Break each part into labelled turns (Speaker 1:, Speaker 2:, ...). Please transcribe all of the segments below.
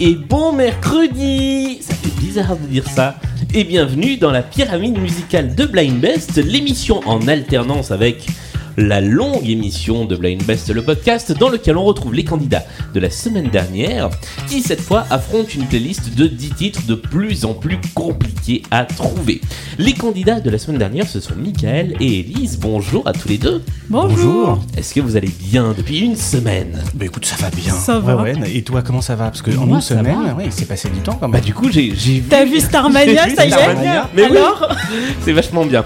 Speaker 1: et bon mercredi Ça fait bizarre de dire ça. Et bienvenue dans la pyramide musicale de Blind Best, l'émission en alternance avec la longue émission de Blind Best, le podcast dans lequel on retrouve les candidats de la semaine dernière, qui cette fois affrontent une playlist de 10 titres de plus en plus compliqués à trouver. Les candidats de la semaine dernière, ce sont Michael et Elise. Bonjour à tous les deux.
Speaker 2: Bonjour.
Speaker 1: Est-ce que vous allez bien depuis une semaine
Speaker 3: Bah écoute, ça va bien.
Speaker 2: Ça
Speaker 3: Ouais,
Speaker 2: va.
Speaker 3: ouais. Et toi, comment ça va Parce que en
Speaker 2: Moi,
Speaker 3: une
Speaker 2: ça
Speaker 3: semaine, ouais, il s'est passé du temps quand
Speaker 1: Bah
Speaker 3: même.
Speaker 1: du coup, j'ai j'ai vu...
Speaker 2: T'as vu Starmania,
Speaker 1: J'ai vu
Speaker 2: ça y est
Speaker 3: Starmania.
Speaker 1: Mais oui.
Speaker 2: Alors
Speaker 1: C'est vachement bien.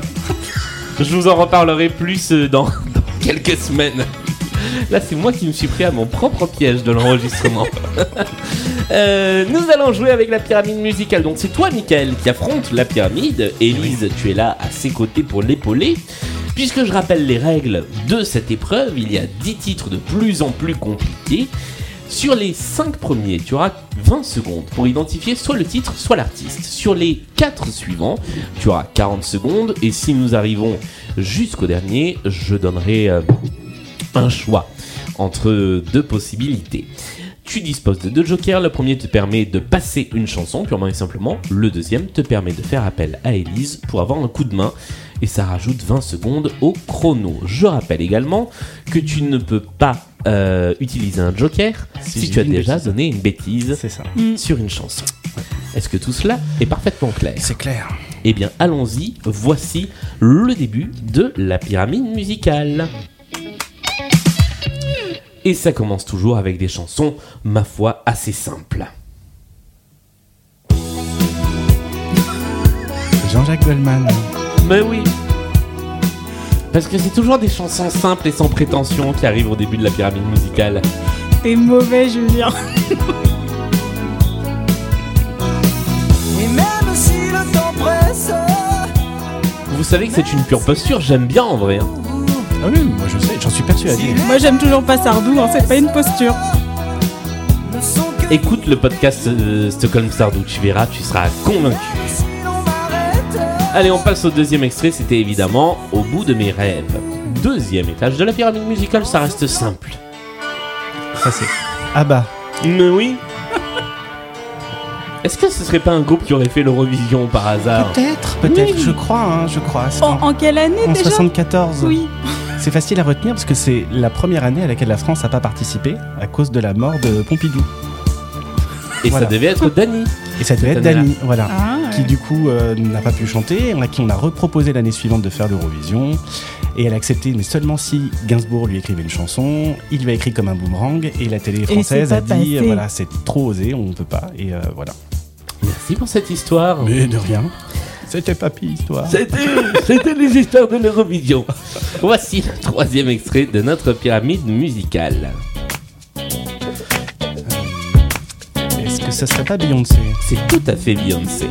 Speaker 1: Je vous en reparlerai plus euh, dans, dans quelques semaines. Là, c'est moi qui me suis pris à mon propre piège de l'enregistrement. Euh, nous allons jouer avec la pyramide musicale. Donc, c'est toi, Michael, qui affronte la pyramide. Élise, tu es là à ses côtés pour l'épauler. Puisque je rappelle les règles de cette épreuve, il y a 10 titres de plus en plus compliqués. Sur les 5 premiers, tu auras 20 secondes pour identifier soit le titre, soit l'artiste. Sur les 4 suivants, tu auras 40 secondes. Et si nous arrivons jusqu'au dernier, je donnerai euh, un choix entre deux possibilités. Tu disposes de deux jokers. Le premier te permet de passer une chanson, purement et simplement. Le deuxième te permet de faire appel à Elise pour avoir un coup de main. Et ça rajoute 20 secondes au chrono. Je rappelle également que tu ne peux pas euh, utiliser un joker si,
Speaker 3: Si je
Speaker 1: tu as
Speaker 3: dis une
Speaker 1: déjà
Speaker 3: bêtise.
Speaker 1: donné une bêtise
Speaker 3: C'est ça.
Speaker 1: sur une chanson. Est-ce que tout cela est parfaitement clair
Speaker 3: C'est clair.
Speaker 1: eh bien, allons-y, voici le début de la pyramide musicale. Et ça commence toujours avec des chansons, ma foi, assez simples.
Speaker 3: Jean-Jacques Goldman.
Speaker 1: Mais Ben oui Parce que c'est toujours des chansons simples et sans prétention qui arrivent au début de la pyramide musicale.
Speaker 2: T'es mauvais, Julien.
Speaker 4: Et même si le temps presse,
Speaker 1: Vous savez que c'est une pure posture, j'aime bien en vrai. hein.
Speaker 3: Ah oui, moi je sais, j'en suis persuadé.
Speaker 2: Moi, j'aime toujours pas Sardou, hein, c'est pas une posture.
Speaker 4: ne sont que
Speaker 1: Écoute le podcast euh, Stockholm Sardou, tu verras, tu seras convaincu.
Speaker 4: si l'on m'arrête.
Speaker 1: Allez, on passe au deuxième extrait, c'était évidemment Au bout de mes rêves. Deuxième étage de la pyramide musicale, ça reste simple.
Speaker 3: Ça c'est. Ah bah.
Speaker 1: Mais oui Est-ce que ce serait pas un groupe qui aurait fait l'Eurovision par hasard
Speaker 3: Peut-être, peut-être.
Speaker 2: Oui.
Speaker 3: Je crois, hein, je crois. C'est
Speaker 2: En, en quelle année
Speaker 3: en
Speaker 2: déjà
Speaker 3: 74.
Speaker 2: Oui.
Speaker 3: C'est facile à retenir parce que c'est la première année à laquelle la France n'a pas participé à cause de la mort de Pompidou.
Speaker 1: Et
Speaker 3: Voilà.
Speaker 1: ça devait être Dany.
Speaker 3: Et ça devait
Speaker 1: Cette
Speaker 3: être
Speaker 1: année-là.
Speaker 3: Dany, voilà.
Speaker 2: Ah, ouais.
Speaker 3: qui du coup euh, n'a pas pu chanter, à qui on a reproposé l'année suivante de faire l'Eurovision, et elle a accepté, mais seulement si Gainsbourg lui écrivait une chanson, il lui a écrit comme un boomerang, et la télé française
Speaker 2: c'est
Speaker 3: a dit,
Speaker 2: pas passé.
Speaker 3: euh, voilà, c'est trop osé, on ne peut pas, et euh, voilà.
Speaker 1: Merci pour cette histoire.
Speaker 3: Mais de rien. C'était papy, histoire.
Speaker 1: C'était c'était les histoires de l'Eurovision. Voici le troisième extrait de notre pyramide musicale.
Speaker 3: Est-ce que ça serait pas Beyoncé
Speaker 1: C'est tout à fait Beyoncé.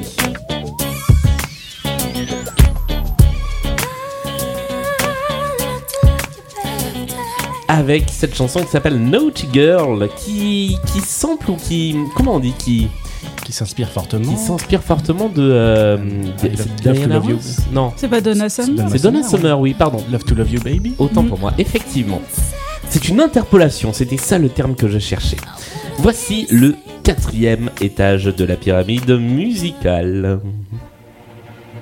Speaker 1: Avec cette chanson qui s'appelle Naughty Girl, qui, qui sample ou qui. Comment on dit Qui,
Speaker 3: Qui s'inspire fortement
Speaker 1: qui s'inspire fortement de. euh,
Speaker 3: I love-
Speaker 1: c'est
Speaker 3: love
Speaker 1: Diana
Speaker 3: to love you.
Speaker 1: Ross Non,
Speaker 2: C'est pas Donaldson
Speaker 3: Donna
Speaker 1: c'est Donna
Speaker 3: Summer,
Speaker 1: Summer, oui, pardon.
Speaker 3: Love to Love You Baby
Speaker 1: Autant pour moi, effectivement. C'est une interpolation, c'était ça le terme que je cherchais. Voici le quatrième étage de la pyramide musicale.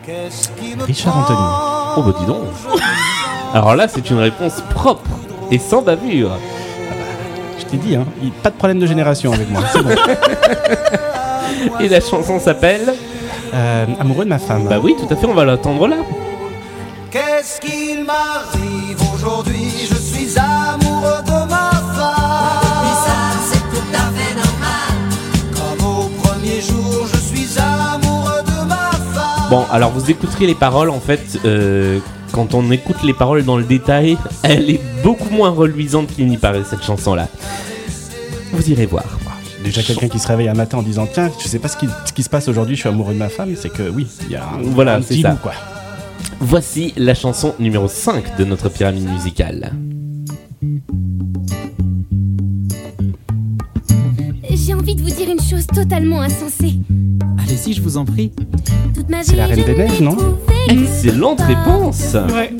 Speaker 4: Qu'est-ce qui me
Speaker 3: Richard
Speaker 4: prend
Speaker 3: Anthony.
Speaker 1: Oh bah dis donc Alors là, c'est une réponse propre et sans bavure.
Speaker 3: Je t'ai dit, hein, il- pas de problème de génération avec moi, c'est bon.
Speaker 1: Et la chanson s'appelle
Speaker 3: Euh, amoureux de ma femme.
Speaker 1: Bah oui, tout à fait, on va l'attendre là.
Speaker 4: Qu'est-ce qu'il m'arrive aujourd'hui Je suis amoureux de ma femme.
Speaker 5: C'est tout à fait normal.
Speaker 4: Comme au premier jour, je suis amoureux de ma femme.
Speaker 1: Bon, alors vous écouterez les paroles, en fait, euh, quand on écoute les paroles dans le détail, elle est beaucoup moins reluisante qu'il n'y paraît cette chanson-là. Vous irez voir.
Speaker 3: Déjà quelqu'un qui se réveille un matin en disant tiens je sais pas ce qui, ce qui se passe aujourd'hui je suis amoureux de ma femme c'est que oui il y a un,
Speaker 1: Voilà,
Speaker 3: un
Speaker 1: c'est
Speaker 3: petit
Speaker 1: ça.
Speaker 3: bout, quoi.
Speaker 1: Voici la chanson numéro 5 de notre pyramide musicale.
Speaker 6: J'ai envie de vous dire une chose totalement insensée.
Speaker 7: Allez-y, je vous en prie.
Speaker 6: Toute ma vie,
Speaker 3: C'est la Reine
Speaker 6: je
Speaker 3: des
Speaker 6: n'ai
Speaker 3: Neiges, non
Speaker 6: trouvé
Speaker 1: Excellente réponse
Speaker 2: Ouais.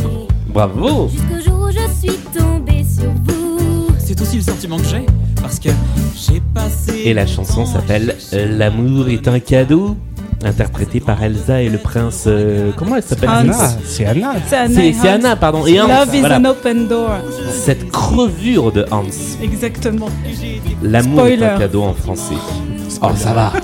Speaker 1: Bravo
Speaker 6: Jusqu'au jour où je suis tombée sur vous.
Speaker 7: C'est aussi le sentiment que j'ai. parce que j'ai passé.
Speaker 1: Et la chanson s'appelle euh, L'amour est un cadeau, interprétée par Elsa et le prince. euh, comment elle s'appelle
Speaker 2: Hans.
Speaker 1: Hans.
Speaker 3: Anna, c'est Anna.
Speaker 2: C'est Anna.
Speaker 1: C'est
Speaker 2: et
Speaker 1: c'est
Speaker 2: Hans.
Speaker 1: Anna, pardon. Et Hans.
Speaker 2: Love is
Speaker 1: voilà.
Speaker 2: an open door.
Speaker 1: Cette crevure de Hans.
Speaker 2: Exactement.
Speaker 1: L'amour est un
Speaker 2: Spoiler.
Speaker 1: cadeau en français. Oh, ça va.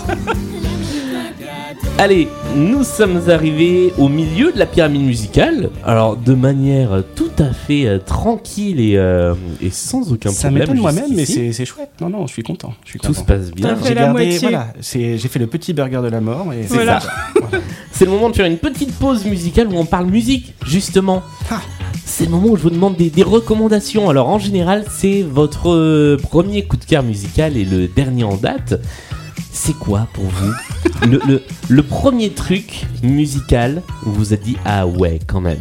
Speaker 1: Allez, nous sommes arrivés au milieu de la pyramide musicale. Alors, de manière tout à fait euh, tranquille et, euh, et sans aucun
Speaker 3: Ça
Speaker 1: problème.
Speaker 3: m'étonne moi-même, mais
Speaker 1: jusqu'ici.
Speaker 3: c'est c'est chouette. Non, non, je suis content. Je suis
Speaker 1: Tout se
Speaker 3: content.
Speaker 1: passe bien.
Speaker 2: Tout à fait.
Speaker 3: J'ai
Speaker 2: la
Speaker 3: gardé,
Speaker 2: moitié.
Speaker 3: voilà, c'est- j'ai fait le petit burger de la mort et c'est
Speaker 2: Voilà.
Speaker 3: ça.
Speaker 1: C'est le moment de faire une petite pause musicale où on parle musique, justement.
Speaker 3: Ah.
Speaker 1: C'est le moment où je vous demande des, des recommandations. Alors, en général, c'est votre euh, premier coup de cœur musical et le dernier en date. C'est quoi pour vous le, le- le premier truc musical où vous vous êtes dit Ah ouais, quand même.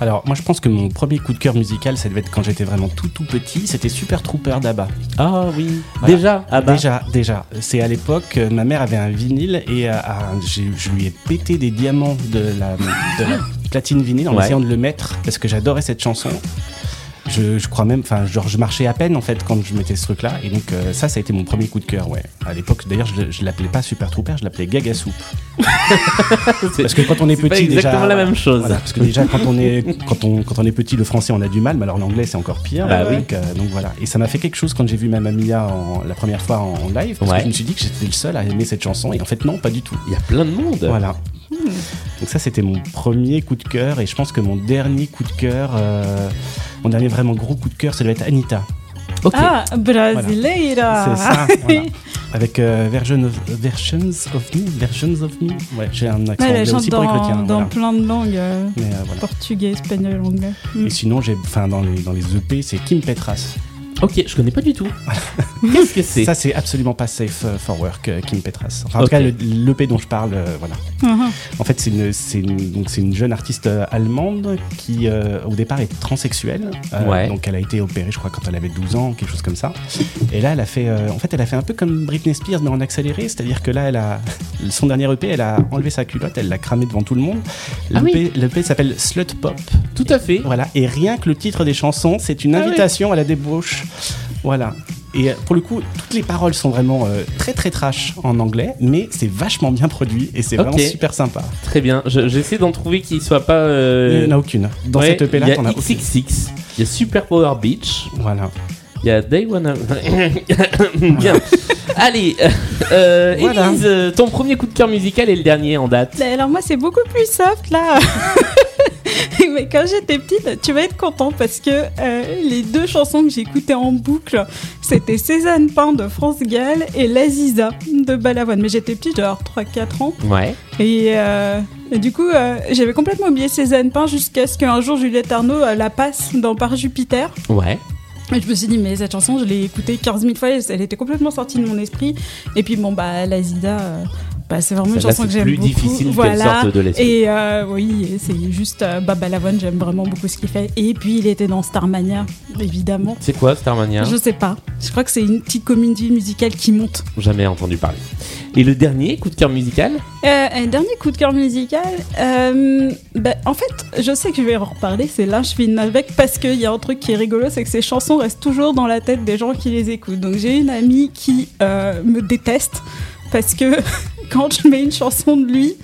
Speaker 3: Alors, moi, je pense que mon premier coup de cœur musical, ça devait être quand j'étais vraiment tout tout petit. C'était Super Trooper d'Abba.
Speaker 1: Ah oui.
Speaker 3: Voilà.
Speaker 1: Déjà Ah bah.
Speaker 3: Déjà, déjà. C'est à l'époque, euh, ma mère avait un vinyle et euh, ah, j'ai- je lui ai pété des diamants de la, de la platine vinyle en
Speaker 1: Ouais.
Speaker 3: essayant de le mettre parce que j'adorais cette chanson. Je, je crois même, enfin, genre, je marchais à peine en fait quand je mettais ce truc-là. Et donc, euh, ça, ça a été mon premier coup de cœur, ouais. À l'époque, d'ailleurs, je, je l'appelais pas Super Trooper, je l'appelais Gaga Soup. Parce que quand on est,
Speaker 1: C'est
Speaker 3: petit,
Speaker 1: pas
Speaker 3: déjà.
Speaker 1: exactement la même chose.
Speaker 3: Voilà, parce que déjà, quand on, est, quand, on, quand on est petit, le français, on a du mal, mais alors l'anglais, c'est encore pire.
Speaker 1: Bah oui.
Speaker 3: donc, euh, donc voilà. Et ça m'a fait quelque chose quand j'ai vu ma mamia en, la première fois en, en live, parce
Speaker 1: Ouais.
Speaker 3: que je me suis dit que j'étais le seul à aimer cette chanson, et en fait, non, pas du tout.
Speaker 1: Il y a plein de monde.
Speaker 3: Voilà.
Speaker 2: Hmm.
Speaker 3: Donc ça, c'était mon premier coup de cœur, et je pense que mon dernier coup de cœur, euh, mon dernier vraiment gros coup de cœur, ça doit être Anita.
Speaker 1: Ok.
Speaker 2: Ah, Brasileira. Ah,
Speaker 3: C'est ça, voilà. Avec euh, Version of- Versions of Me, Versions of Me. Ouais, j'ai un accent
Speaker 2: Elle
Speaker 3: anglais
Speaker 2: chante
Speaker 3: aussi
Speaker 2: dans,
Speaker 3: pour avec le tien.
Speaker 2: dans
Speaker 3: voilà.
Speaker 2: plein de langues. euh,
Speaker 3: Mais euh, voilà.
Speaker 2: Portugais, espagnol, anglais. Mm.
Speaker 3: Et sinon, j'ai, enfin, dans les, dans les EP, c'est Kim Petras.
Speaker 1: Ok, je connais pas du tout. Qu'est-ce que c'est
Speaker 3: Ça, c'est absolument pas safe euh, for work, euh, Kim Petras. Enfin, en
Speaker 1: Ok.
Speaker 3: tout cas, le- l'EP dont je parle, euh, voilà.
Speaker 2: Mhm.
Speaker 3: En fait, c'est une, c'est une- donc c'est une jeune artiste euh, allemande qui, euh, au départ, est transsexuelle. Euh,
Speaker 1: Ouais.
Speaker 3: Donc, elle a été opérée, je crois, quand elle avait 12 ans, quelque chose comme ça. Et là, elle a fait, euh, en fait, elle a fait un peu comme Britney Spears, mais en accéléré. C'est-à-dire que là, elle a, son dernier EP, elle a enlevé sa culotte, elle l'a cramé devant tout le monde. L'EP,
Speaker 1: Ah oui.
Speaker 3: l'EP s'appelle Slut Pop.
Speaker 1: Tout à fait.
Speaker 3: Voilà, et rien que le titre des chansons, c'est une
Speaker 1: Ah oui.
Speaker 3: invitation à la débauche. Voilà. Et euh, pour le coup, toutes les paroles sont vraiment euh, très très trash en anglais, mais c'est vachement bien produit et c'est vraiment
Speaker 1: Ok.
Speaker 3: super sympa.
Speaker 1: Très bien. Je- J'essaie d'en trouver qui soit pas.
Speaker 3: Il
Speaker 1: euh,
Speaker 3: n'y en a aucune. Dans
Speaker 1: Ouais,
Speaker 3: cette EP
Speaker 1: il y
Speaker 3: là,
Speaker 1: a
Speaker 3: t'en as aucune.
Speaker 1: XXX, il y a Super Power Beach,
Speaker 3: Voilà.
Speaker 1: il y a Day One. Bien. Allez, euh, euh,
Speaker 3: Voilà.
Speaker 1: Élise, euh, ton premier coup de cœur musical et le dernier en date.
Speaker 2: Mais Alors moi c'est beaucoup plus soft là. Mais quand j'étais petite, tu vas être content parce que euh, les deux chansons que j'écoutais en boucle, c'était Cézanne Pain de France Gall et L'Aziza de Balavoine. Mais j'étais petite, genre 3-4 ans.
Speaker 1: Ouais.
Speaker 2: Et, euh, et du coup, euh, j'avais complètement oublié Cézanne Pain jusqu'à ce qu'un jour Juliette Arnaud euh, la passe dans Par Jupiter.
Speaker 1: Ouais.
Speaker 2: Et je me suis dit, mais cette chanson, je l'ai écoutée 15 000 fois, elle était complètement sortie de mon esprit. Et puis, bon, bah, la Zida, euh, bah, c'est vraiment une
Speaker 1: Celle-là, c'est
Speaker 2: chanson que j'aime
Speaker 1: plus
Speaker 2: beaucoup.
Speaker 1: difficile qu'elle
Speaker 2: Voilà.
Speaker 1: sorte de l'esprit.
Speaker 2: Et euh, oui, et c'est juste euh, Bob Balavoine, j'aime vraiment beaucoup ce qu'il fait. Et puis, il était dans Starmania, évidemment.
Speaker 1: C'est quoi Starmania
Speaker 2: Je sais pas. Je crois que c'est une petite comédie musicale qui monte.
Speaker 1: Jamais entendu parler. Et le dernier coup de cœur musical
Speaker 2: Euh, un dernier coup de cœur musical. euh, bah, en fait, je sais que je vais en reparler, c'est Lynch avec parce qu'il y a un truc qui est rigolo, c'est que ces chansons restent toujours dans la tête des gens qui les écoutent. Donc j'ai une amie qui euh, me déteste parce que quand je mets une chanson de lui,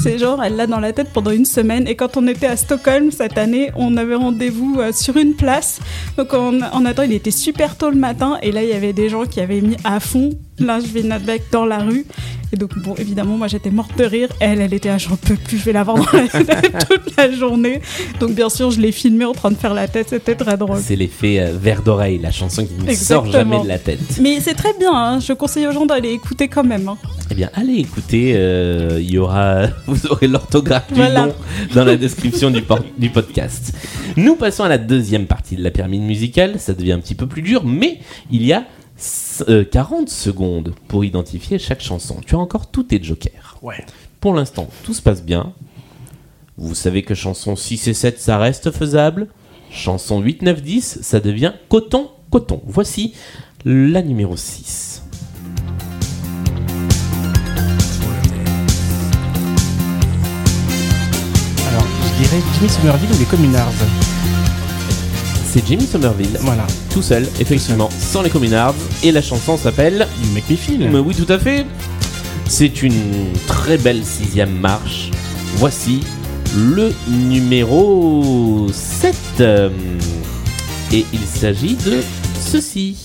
Speaker 2: c'est genre, elle l'a dans la tête pendant une semaine. Et quand on était à Stockholm cette année, on avait rendez-vous euh, sur une place. Donc on, en attend, il était super tôt le matin. Et là, il y avait des gens qui avaient mis à fond Linge Vinatbeck dans la rue. Et donc, bon, évidemment, moi j'étais morte de rire. Elle, elle était là, j'en peux plus, je vais l'avoir dans la tête toute la journée. Donc, bien sûr, je l'ai filmé en train de faire la tête. C'était très drôle.
Speaker 1: C'est l'effet euh, verre d'oreille, la chanson qui ne sort
Speaker 2: Exactement.
Speaker 1: jamais de la tête.
Speaker 2: Mais c'est très bien, hein. je conseille aux gens d'aller écouter quand même. hein.
Speaker 1: Eh bien, allez écouter, euh, il y aura, vous aurez l'orthographe du
Speaker 2: Voilà.
Speaker 1: nom dans la description du, por- du podcast. Nous passons à la deuxième partie de la pyramide musicale. Ça devient un petit peu plus dur, mais il y a s- euh, 40 secondes pour identifier chaque chanson. Tu as encore tous tes jokers.
Speaker 3: Ouais.
Speaker 1: Pour l'instant, tout se passe bien. Vous savez que chanson 6 et 7, ça reste faisable. Chanson 8, 9, 10, ça devient coton, coton. Voici la numéro 6.
Speaker 3: Alors, je dirais Jimmy Somerville ou les Communards.
Speaker 1: c'est Jimmy Somerville,
Speaker 3: Voilà.
Speaker 1: tout seul, effectivement, sans les communards. Et la chanson s'appelle
Speaker 3: You make me feel.
Speaker 1: Mais oui, tout à fait. C'est une très belle sixième marche. Voici le numéro 7. Et il s'agit de ceci.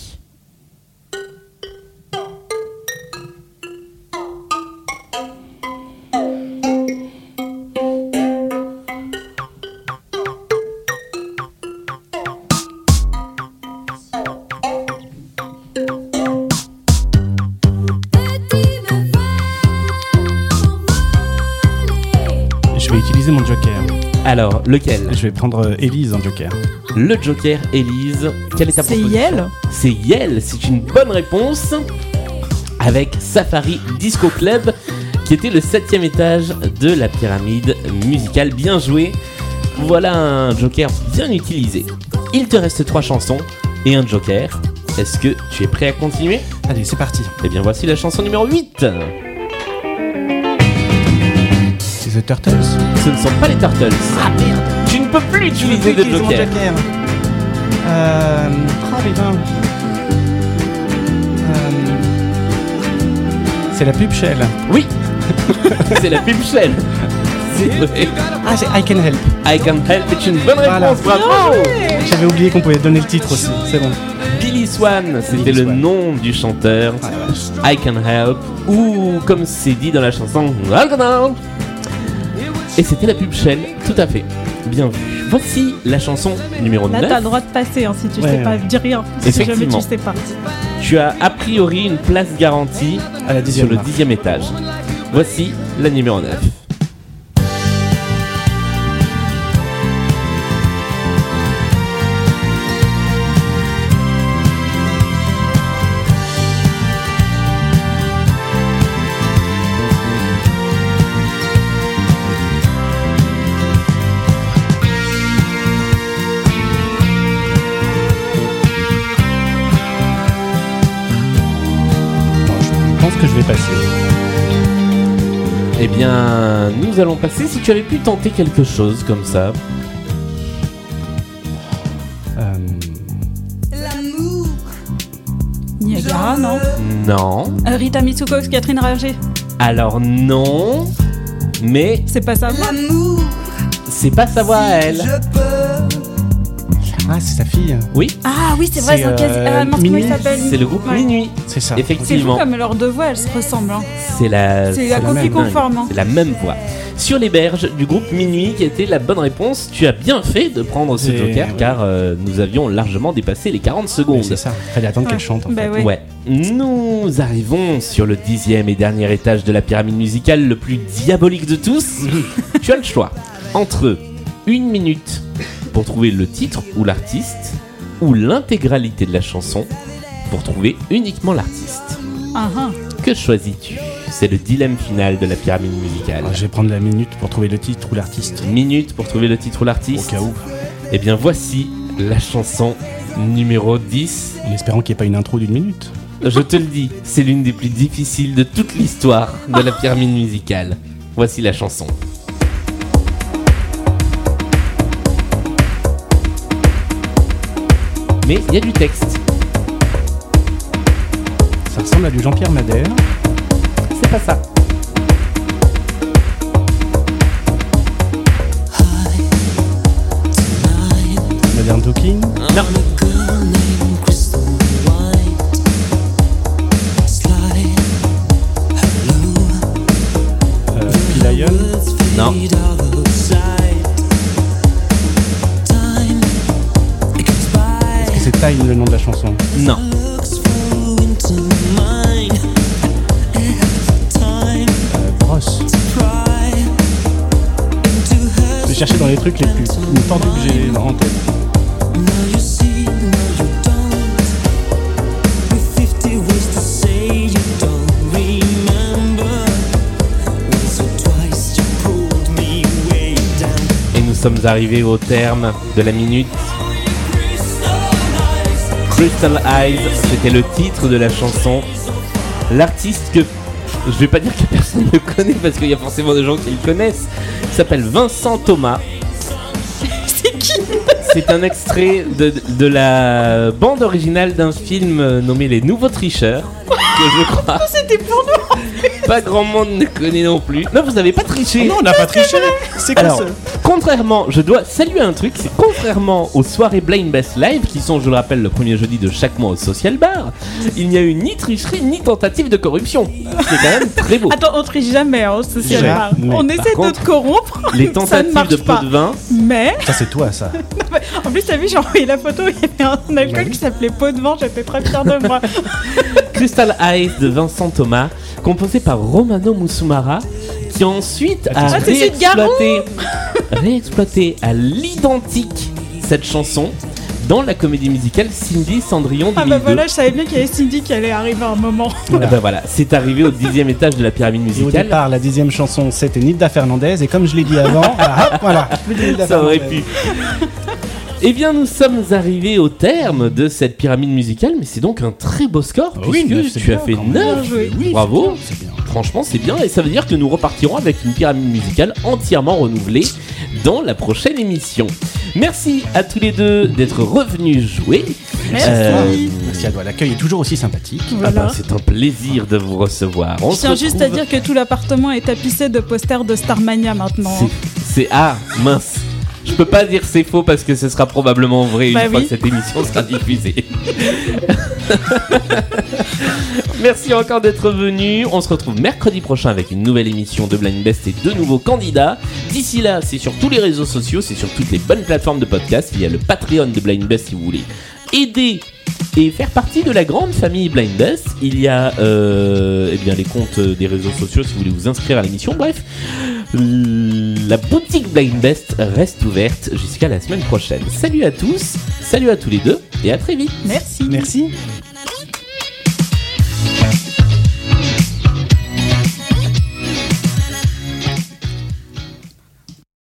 Speaker 3: Je vais utiliser mon joker.
Speaker 1: Alors, lequel
Speaker 3: Je vais prendre euh, Elise en joker.
Speaker 1: Le Joker, Elise. Quelle est ta
Speaker 2: C'est
Speaker 1: proposition
Speaker 2: Yel
Speaker 1: C'est Yel, c'est une bonne réponse. Avec Safari Disco Club, qui était le septième étage de la pyramide musicale. Bien joué. Voilà un joker bien utilisé. Il te reste trois chansons et un joker. Est-ce que tu es prêt à continuer
Speaker 3: Allez, c'est parti.
Speaker 1: Eh bien voici la chanson numéro 8.
Speaker 3: C'est The Turtles.
Speaker 1: Ce ne sont pas les Turtles. Ah merde Tu ne peux plus utiliser de
Speaker 3: mon
Speaker 1: joker.
Speaker 3: joker. hein. Euh... Oh putain. Euh, C'est la pub Shell.
Speaker 1: Oui C'est la pub Shell. C'est vrai.
Speaker 3: Ah, c'est I Can Help.
Speaker 1: I Can Help est une bonne
Speaker 3: Voilà.
Speaker 1: réponse, bravo
Speaker 3: J'avais oublié qu'on pouvait donner le titre aussi. C'est bon.
Speaker 1: Billy Swan, c'était
Speaker 3: Billy
Speaker 1: le
Speaker 3: Swan.
Speaker 1: nom du chanteur.
Speaker 3: Ah, la vache.
Speaker 1: I Can Help, ou comme c'est dit dans la chanson, I Can Help. Et c'était la pub Shell, tout à fait. Bien vu. Voici la chanson numéro
Speaker 2: Là, t'as
Speaker 1: 9.
Speaker 2: le droit de passer hein, si tu
Speaker 3: Ouais,
Speaker 2: sais
Speaker 3: ouais.
Speaker 2: pas. Dis rien si jamais
Speaker 1: Effectivement.
Speaker 2: tu sais pas.
Speaker 1: Tu as a priori une place garantie
Speaker 3: À la
Speaker 1: sur
Speaker 3: dixième
Speaker 1: le
Speaker 3: marche.
Speaker 1: dixième étage. Voici la numéro 9.
Speaker 3: Bon, je pense que je vais passer.
Speaker 1: Eh bien, nous allons passer si tu avais pu tenter quelque chose comme ça.
Speaker 3: Euh,
Speaker 5: L'amour,
Speaker 2: Niagara, non
Speaker 1: Non.
Speaker 2: Euh, Rita Mitsuko, Catherine Ringer.
Speaker 1: Alors non. Mais
Speaker 2: C'est pas ça.
Speaker 5: l'amour,
Speaker 1: c'est pas sa voix à elle.
Speaker 5: je peux.
Speaker 3: Ah, c'est sa fille.
Speaker 1: Oui,
Speaker 2: Ah oui, c'est vrai,
Speaker 3: C'est,
Speaker 2: c'est un cas.
Speaker 3: euh,
Speaker 2: Ah, mince, comment
Speaker 3: Minuit.
Speaker 2: il s'appelle
Speaker 1: c'est le groupe
Speaker 2: Ouais.
Speaker 1: Minuit.
Speaker 3: C'est ça.
Speaker 2: C'est fou
Speaker 1: Effectivement,
Speaker 2: comme leurs deux voix, elles se ressemblent. hein.
Speaker 1: c'est la,
Speaker 2: C'est la
Speaker 1: c'est
Speaker 2: copie
Speaker 1: même-
Speaker 2: conforme, hein.
Speaker 1: C'est la même voix. Sur les berges du groupe Minuit, qui était la bonne réponse, tu as bien fait de prendre ce
Speaker 3: Et
Speaker 1: joker
Speaker 3: ouais.
Speaker 1: car euh, nous avions largement dépassé les 40
Speaker 3: Oui,
Speaker 1: secondes.
Speaker 3: C'est ça. Fallait attendre qu'elle chante. en
Speaker 2: Bah
Speaker 3: fait.
Speaker 2: ouais.
Speaker 1: Ouais. Nous arrivons sur le dixième et dernier étage de la pyramide musicale, le plus diabolique de tous. tu as le choix entre une minute pour trouver le titre ou l'artiste, ou l'intégralité de la chanson pour trouver uniquement l'artiste.
Speaker 2: Ah, ah.
Speaker 1: Que choisis-tu C'est le dilemme final de la pyramide musicale.
Speaker 3: Alors, Ah, je vais prendre la minute pour trouver le titre ou l'artiste.
Speaker 1: Minute pour trouver le titre ou
Speaker 3: Au
Speaker 1: l'artiste.
Speaker 3: cas où.
Speaker 1: Eh bien voici la chanson numéro 10.
Speaker 3: En espérant qu'il n'y ait pas une intro d'une minute.
Speaker 1: Je te le dis, c'est l'une des plus difficiles de toute l'histoire de la pyramide musicale. Voici la chanson. Mais il y a du texte.
Speaker 3: Ça ressemble à du Jean-Pierre Madère.
Speaker 1: C'est pas ça.
Speaker 3: Madère Talking.
Speaker 1: Non.
Speaker 3: Euh, P. Lion.
Speaker 1: Non.
Speaker 3: Est-ce que c'est Time le nom de la chanson
Speaker 1: Non.
Speaker 3: euh, Brosse. Je vais chercher dans les trucs les plus tendus que j'ai en tête.
Speaker 1: Et nous sommes arrivés au terme de la minute. Crystal Eyes, c'était le titre de la chanson. L'artiste que je vais pas dire que personne ne connaît parce qu'il y a forcément des gens qui le connaissent, s'appelle Vincent Thomas. C'est un extrait de, de la bande originale d'un film nommé Les Nouveaux Tricheurs, que je crois
Speaker 2: C'était pour nous.
Speaker 1: pas grand monde ne connaît non plus. Non, vous n'avez pas triché.
Speaker 3: Ah Non, on n'a pas triché. C'est quoi
Speaker 1: Alors,
Speaker 3: ça
Speaker 1: contrairement, je dois saluer un truc, c'est contrairement aux soirées Blind Best Live, qui sont, je le rappelle, le premier jeudi de chaque mois au Social Bar, il n'y a eu ni tricherie ni tentative de corruption. C'est quand même très beau.
Speaker 2: Attends, on triche jamais hein, ce ciel
Speaker 3: Jamais.
Speaker 2: rare. On
Speaker 3: Par
Speaker 2: essaie de
Speaker 1: contre,
Speaker 2: te corrompre,
Speaker 1: Les
Speaker 2: ça ne
Speaker 1: tentatives
Speaker 2: marche
Speaker 1: de pot
Speaker 2: pas.
Speaker 1: de vin,
Speaker 2: Mais
Speaker 3: Ça, c'est toi, ça.
Speaker 2: en plus, t'as vu, j'ai envoyé la photo. Il y avait un alcool qui s'appelait pot de vin. J'étais très fière de moi.
Speaker 1: Crystal Eyes de Vincent Thomas, composé par Romano Musumara, qui ensuite a
Speaker 2: Ah, c'est Sid
Speaker 1: réexploité, réexploité à l'identique cette chanson dans la comédie musicale Cindy Cendrillon 2002.
Speaker 2: Ah bah voilà, je savais bien qu'il y avait Cindy qui allait arriver à un moment.
Speaker 1: Ah bah voilà, c'est arrivé au dixième étage de la pyramide
Speaker 3: Et au
Speaker 1: musicale.
Speaker 3: départ, la dixième chanson, c'était Nilda Fernandez. Et comme je l'ai dit avant, ah, hop, voilà. plus de Nilda
Speaker 1: Ça aurait
Speaker 3: Fernandez.
Speaker 1: pu. Eh bien, nous sommes arrivés au terme de cette pyramide musicale, mais c'est donc un très beau score,
Speaker 3: Ah oui,
Speaker 1: puisque
Speaker 3: neuf, c'est
Speaker 1: tu as
Speaker 3: bien
Speaker 1: fait
Speaker 3: quand même.
Speaker 1: 9.
Speaker 2: joué.
Speaker 3: Oui, c'est
Speaker 1: Bravo.
Speaker 3: bien, C'est bien.
Speaker 1: Franchement, c'est bien, et ça veut dire que nous repartirons avec une pyramide musicale entièrement renouvelée dans la prochaine émission. Merci à tous les deux d'être revenus jouer. Euh,
Speaker 2: Merci.
Speaker 3: Euh, Merci à toi. L'accueil est toujours aussi sympathique.
Speaker 1: Ah
Speaker 2: Voilà.
Speaker 1: bah, c'est un plaisir de vous recevoir. On
Speaker 2: Je
Speaker 1: se
Speaker 2: tiens juste à
Speaker 1: retrouve-
Speaker 2: dire que tout l'appartement est tapissé de posters de Starmania maintenant. hein.
Speaker 1: C'est- C'est ah mince. Je peux pas dire c'est faux parce que ce sera probablement vrai une
Speaker 2: Bah
Speaker 1: fois
Speaker 2: oui.
Speaker 1: que cette émission sera diffusée. Merci encore d'être venu. On se retrouve mercredi prochain avec une nouvelle émission de Blind Best et de nouveaux candidats. D'ici là, c'est sur tous les réseaux sociaux, c'est sur toutes les bonnes plateformes de podcast. Il y a le Patreon de Blind Best si vous voulez aider et faire partie de la grande famille Blind Best. Il y a euh, eh bien, les comptes des réseaux sociaux si vous voulez vous inscrire à l'émission. Bref, euh, la boutique Blind Best reste ouverte jusqu'à la semaine prochaine. Salut à tous, salut à tous les deux et à très vite.
Speaker 2: Merci.
Speaker 3: Merci.